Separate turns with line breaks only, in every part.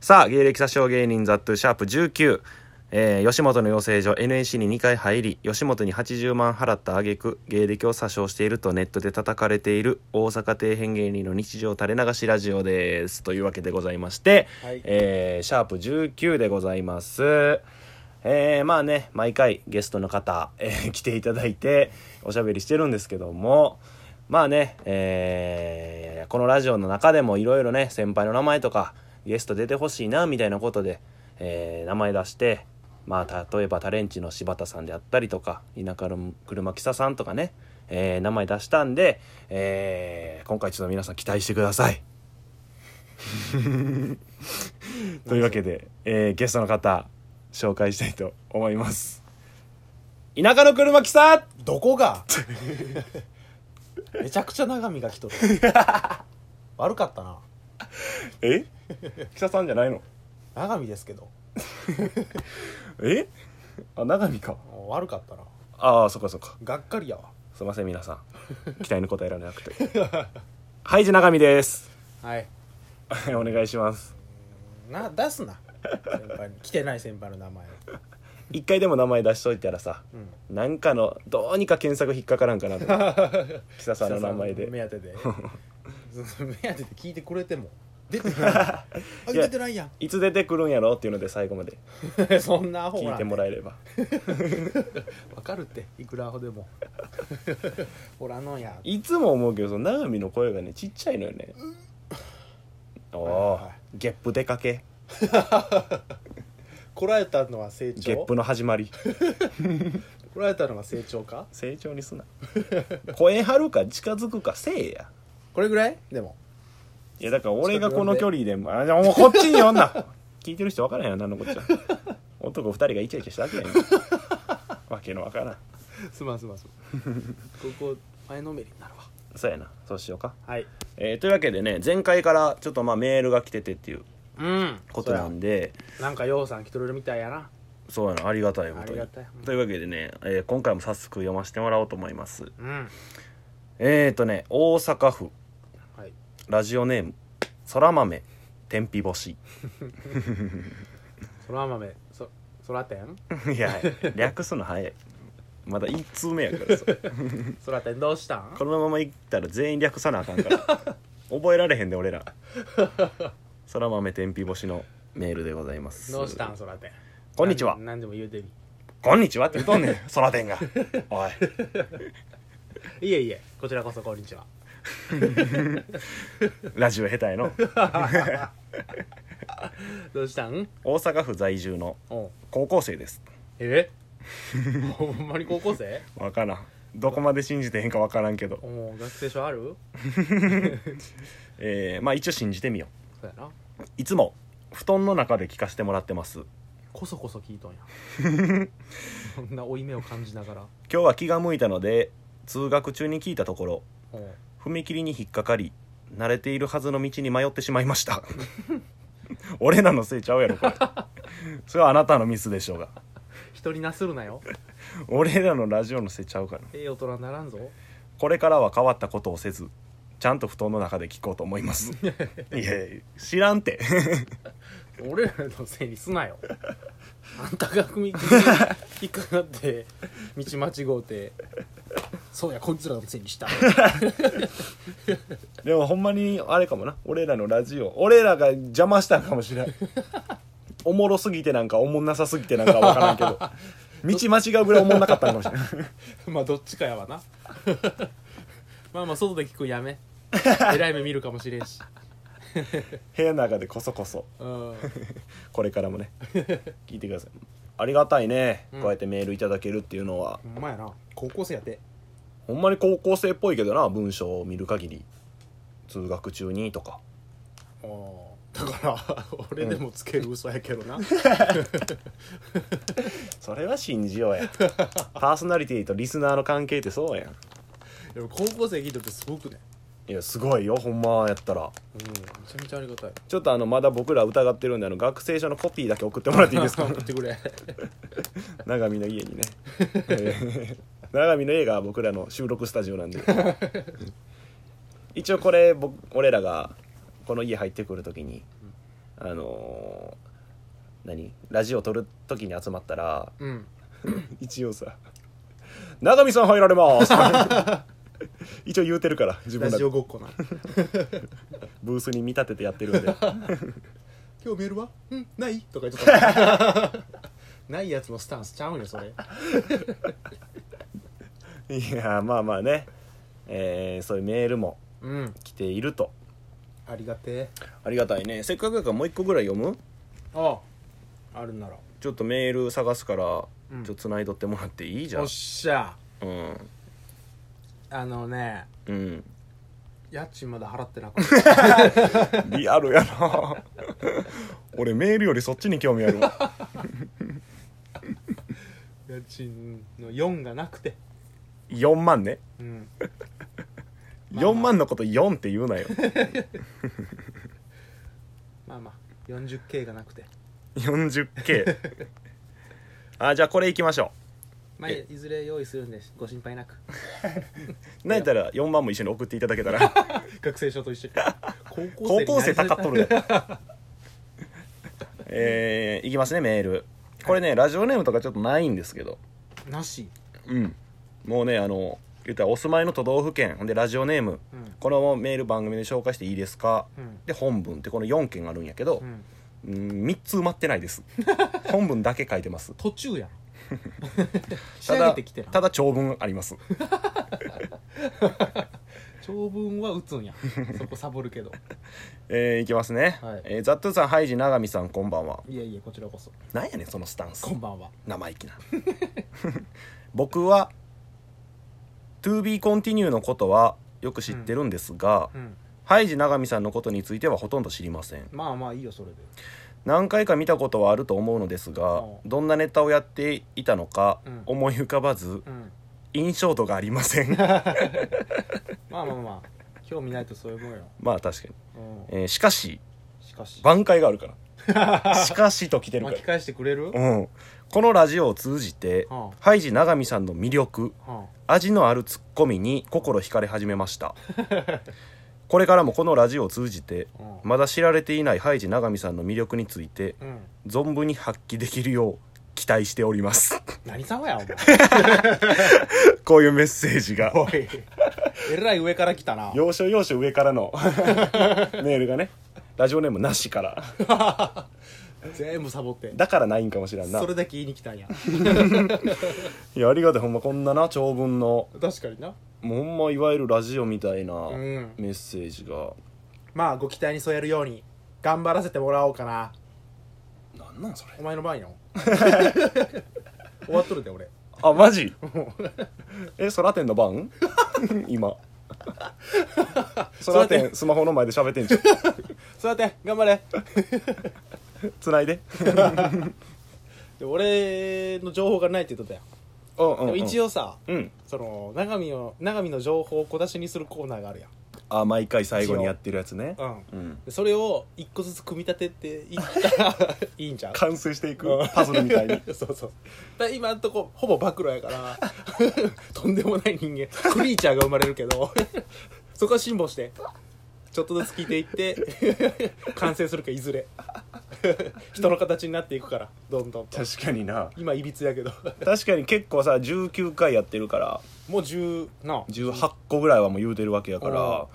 さあ、芸歴詐称芸人ザットゥシャープ19。えー吉本の養成所 NSC に2回入り吉本に80万払った挙句芸歴を詐称しているとネットで叩かれている大阪底辺芸人の日常垂れ流しラジオですというわけでございまして、
はい
えーシャープ19でございますえーまあね毎回ゲストの方、えー来ていただいておしゃべりしてるんですけどもまあね、えーこのラジオの中でもいろいろね先輩の名前とかゲスト出てほしいなみたいなことで、えー名前出してまあ、例えばタレンチの柴田さんであったりとか田舎の車木佐さんとかね、えー名前出したんで、えー今回ちょっと皆さん期待してください。というわけで、えーゲストの方紹介したいと思います。田舎の車木佐
どこがめちゃくちゃ長見が来とる悪かったな
え木佐さんじゃないの
長見ですけど
えあ長見か
もう悪かったな
ああそっかそっか
がっかりやわ
すいません皆さん 期待の答えられなくてはいじゃあ長見です
はい
お願いします
な出すな先輩に来てない先輩の名前を
一回でも名前出しといたらさ、なんかのどうにか検索引っかからんか なと木佐さんの名前
目
で
当てで その目当てで聞いてくれても出てないあ
いや
出てないや
いつ出てくるんやろっていうので最後まで
んそんなアホ
聞い
な
て
ん
も
わ
らえれば
かるっていくらアホ でもおらんのや
いつも思うけどその長見の声がねちっちゃいのよねおお
はいはい
ゲップ出かけ
こらえたのは成
ゲ
長
ップの始まり
こらえたのは成長か
成長にすな声張るか近づくかせえや
これぐらいで も
いやだから俺がこの距離でもあじゃあもうこっちに呼んな聞いてる人分からんよ何のこっちゃ男二人がイチャイチャしたわけやんわけのわからん
すまんすまんすまんここ前のめりになるわ
そうやなそうしようか、
はい
えーというわけでね前回からちょっとまあメールが来ててっていう
うん
ことなんで
なんかようさん来とれるみたいやな
そうやなありがたいこ
あ
と
り
に
がたい
というわけでね、えー今回も早速読ませてもらおうと思います
うん
えーとね大阪府
はい
ラジオネームそら豆天日干 し
そら豆そそら天
いや略すの早いまだ1通目やから さ
そら天どうしたん
このままいったら全員略さなあかんから覚えられへんで俺らそら豆天日干しのメールでございます
どうしたんそら天
こんにちは
なん何でも言うてみ
こんにちはって言うとん ねんそら天がおい
いえいえこちらこそこんにちは
ラジオ下手やの
どうしたん
大阪府在住の
おう
高校生です
えほんまに高校生
わからんどこまで信じてへんかわからんけど、
おう学生証ある
えー、まあ一応信じてみよ
そうやな
ういつも布団の中で聞かせてもらってます
こそこそ聞いとんや そんな負い目を感じながら
今日は気が向いたので通学中に聞いたところ
おう
踏切に引っかかり慣れているはずの道に迷ってしまいました 俺らのせいちゃうやろこれ それはあなたのミスでしょうが
人になするなよ
俺らのラジオのせいちゃうから
ええ大人にならんぞ
これからは変わったことをせずちゃんと布団の中で聞こうと思いますいやいや知らんて
俺らのせいにすな よあんたが踏切に引っかかって道間違うてそうやこいつらのせいに した
でもほんまにあれかもな俺らのラジオ俺らが邪魔したんかもしれ んおもろすぎてなんかおもんなさすぎてなんかわからんけ ど道間違うぐらいおもんなかったんかもしれん
まあどっちかや わなまあまあ外で聞くんや めえらい目見るかもしれんし
部屋の中でこそこそ
うん
これからもね聞いてくださいありがたいね、
うん
こうやってメールいただけるっていうのは
ほんまやな高校生やて
ほんまに高校生っぽいけどな文章を見る限り通学中にとか
だから俺でもつける嘘やけどな、
それは信じよ うやパーソナリティとリスナーの関係ってそうやん
でも高校生聞いとってすごくね
いやすごいよほんまやったら
うんめちゃめちゃありがたい
ちょっとあのまだ僕ら疑ってるんであの学生証のコピーだけ送ってもらっていいです か
送ってくれ
長見の家にねえー 長見の家が僕らの収録スタジオなんで一応これ僕俺らがこの家入ってくる時にあのー何ラジオ撮る時に集まったら
うん
一応さ「永見さん入られます」 一応言うてるから自
ラ
分ら
ジ
で
オごっこな
ブースに見立ててやってるんで
今日メールはうんないとか言ってた ないやつのスタンスちゃうんよそれ
いやまあまあね、えーそういうメールも
うん
来ていると
ありがてえ
ありがたいねせっかくだからもう一個ぐらい読む
あああるなら
ちょっとメール探すから、
うん
ちょっと繋いどってもらっていいじゃ
お
ん
っしゃ
うん
あのね
うん
家賃まだ払ってなか った
リアルやな 俺メールよりそっちに興味ある わ
家賃の4がなくて
4万ね
うんまあまあ
4万のこと4って言うなよ
まあまあ 40K がなくて
40K あじゃあこれいきましょ
まあいずれ用意するんでご心配なく
うなんやったら4万も一緒に送っていただけたら
学生証と一緒に 高
高
に
校生
なり
高っとるやん えー、いきますねメールこれねラジオネームとかちょっとないんですけど
なし
うんもうねあの言ったらお住まいの都道府県ほんでラジオネーム
うん
このメール番組で紹介していいですか
うん
で本文ってこの4件あるんやけど
う、ん
うん、3つ埋まってないです 本文だけ書いてます
途中やろ 仕
た
上げ
だ
てきてな
ただ長文あり ます
長文は打つんやそこサボるけど
えー、いきますね、
はい
えーザットゥーさんハイジ永見さんこんばんはい
やいやこちらこそ
なんやねんそのスタンス
こんばんは
生意気な 僕は ToBeContinue のことはよく知ってるんですが、
うん
ハイジ永見さんのことについてはほとんど知りません
まあまあいいよそれで
何回か見たことはあると思うのですが
うん
どんなネタをやっていたのか
うん
思い浮かばず
うん
印象度がありません
まあまあまあ興味ないとそういうもんよ、
まあ確かに、
うん、
えーしかし
しかし
挽回があるから しかしと来てるか
巻き返してくれる、
ら、うん、このラジオを通じて、
うん
ハイジ永見さんの魅力
は
味のあるツッコミに心惹かれ始めました これからもこのラジオを通じて
あうん
まだ知られていないハイジ永見さんの魅力について
うん
存分に発揮できるよう期待しております
何様やお前
こういうメッセージが
おい えらい上から来たな
要所要所上から のメールがねラジオネームなしから
全部サボって
だからないんかもしれんな
それだけ言いに来たんや
いやありがたいほんまこんなな長文の
確かにな
もうほんまいわゆるラジオみたいな
うん
メッセージが、
まあご期待に添えるように頑張らせてもらおうかな
なんなんそれ
お前の番 よ終わっとるで俺
あマジ え空店の 番今空店スマホの前で喋ってんじゃん
そうやって頑張れ
つないで
で俺の情報がないって言ってたよ、
うんうん、
でも一
応
応さ
うん
その長見を長見の情報を小出しにするコーナーがあるやん
あ毎回最後にやってるやつね
うん
うん
でそれを一個ずつ組み立てていったら いいんじゃん
完成していく
うん
パズルみたいに
そうそうだから今んとこほぼ暴露やから とんでもない人間クリーチャーが生まれるけど そこは辛抱してちょっとずつ聞いていって 完成するかいずれ 人の形になっていくからどんどんと
確かにな
今いびつやけど
確かに結構さ19回やってるから
もう10な
18個ぐらいはもう言うてるわけやから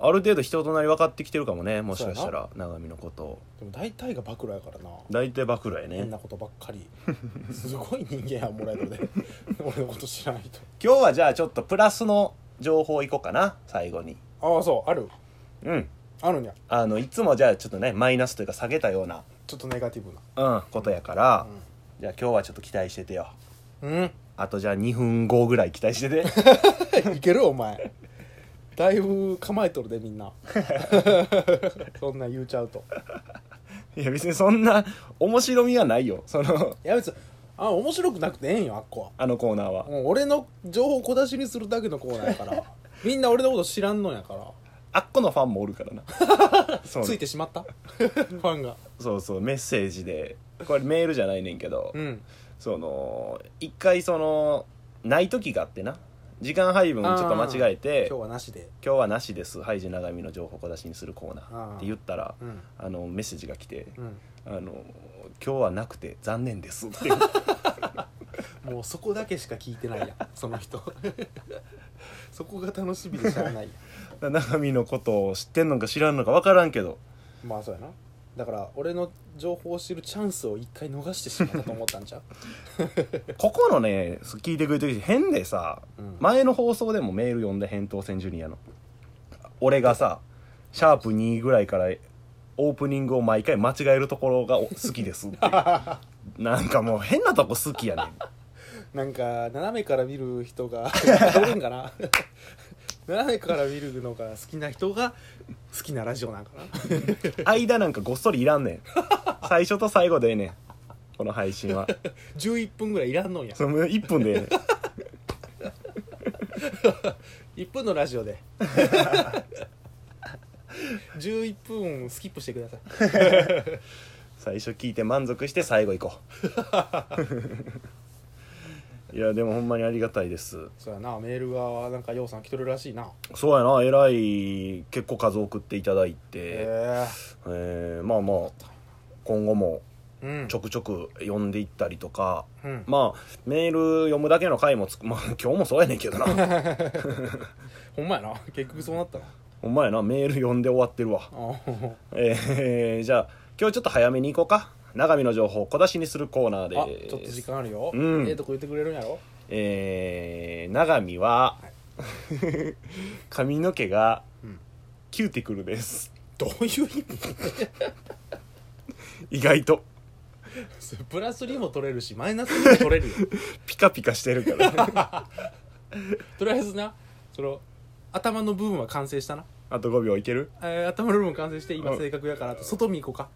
ある程度人となり分かってきてるかもねもしかしたら長見のことを
でも大体が暴露やからな
大体暴露や
変
ね
なことばっか りすごい人間やもらえる で俺のこと知らない人
今日はじゃあちょっとプラスの情報いこうかな最後に
ああそうある
うん
あるんや
あのいつもじゃあちょっとねマイナスというか下げたような、
ちょっとネガティブな
うん、ことやから、じゃあ今日はちょっと期待しててよ
うん
あとじゃあ2分後ぐらい期待してて
いけるお前だいぶ構えとるでみん なそんなん言うちゃうと
いや別にそんな面白みはないよその
いや別にあ面白くなくてええんよあっこ
あのコーナーは
はもう俺の情報を小出しにするだけのコーナーやから みんな俺のこと知らんのやから
あっこのファンもおる からなそう
ついてしま ったファンが
そうそうメッセージでこれメールじゃないねんけど、
うん
その一回そのない時があってな時間配分ちょっと間違えて
今日はなしで
今日はなしですハイジ長見の情報小出しにするコーナ
あ
ー
ー
って言ったら
うん
あのメッセージが来て
うん
「あの今日はなくて残念です」っていう
もうそこだけしか聞いてないや んその人そこが楽しみでしゃあないや
長見のことを知ってんのか知らんのか分からんけど
ん まあそうやなだから俺の情報を知るチャンスを一回逃してしまったと思ったんちゃう、
ここのね聞いてくれてる人変でさ
うん
前の放送でもメール読んで返答戦ジュニアの俺がさシャープ2ぐらいからオープニングを毎回間違えるところがお好きですって いうなんかもう変なとこ好きやねん
なんか斜めから見る人 がおるんかな 斜めから見るのが好きな人が好きなラジオなんかな
間なんかごっそりいらんねん最初と最後でええねんこの配信は
11分ぐらいいらんのんや
その1分でええねん
1分のラジオ で11分スキップしてください
最初聞いて満足して最後行こ ういやでもほんまにありがたいです
そうやなメールがなんかようさん来とるらしいな
そうやなえらい結構数送っていただいてえ
え
ーまあまあ今後も
えうん
ちょくちょく読んでいったりとか
うん
まあメール読むだけの回もつくまあ 今日もそうやねんけど な
ほんまやな結局そうなったな
ほんまやなメール読んで終わってるわ
あ
えー、 じゃあ今日ちょっと早めに行こうか長見の情報を小出しにするコーナー
あ
で
ちょっと時間あるよ、
うん
ええとこ言ってくれるんやろ
えー、長見は、 髪の毛が
うん
キューティクルです
どういう意味
意外と
それプラスにも取れるしマイナスにも取れるよ
ピカピカしてるから
とりあえずなその頭の部分は完成したな、
あと5秒いける
えー頭の部分完成して今
うん
正確やからあと外見行こうか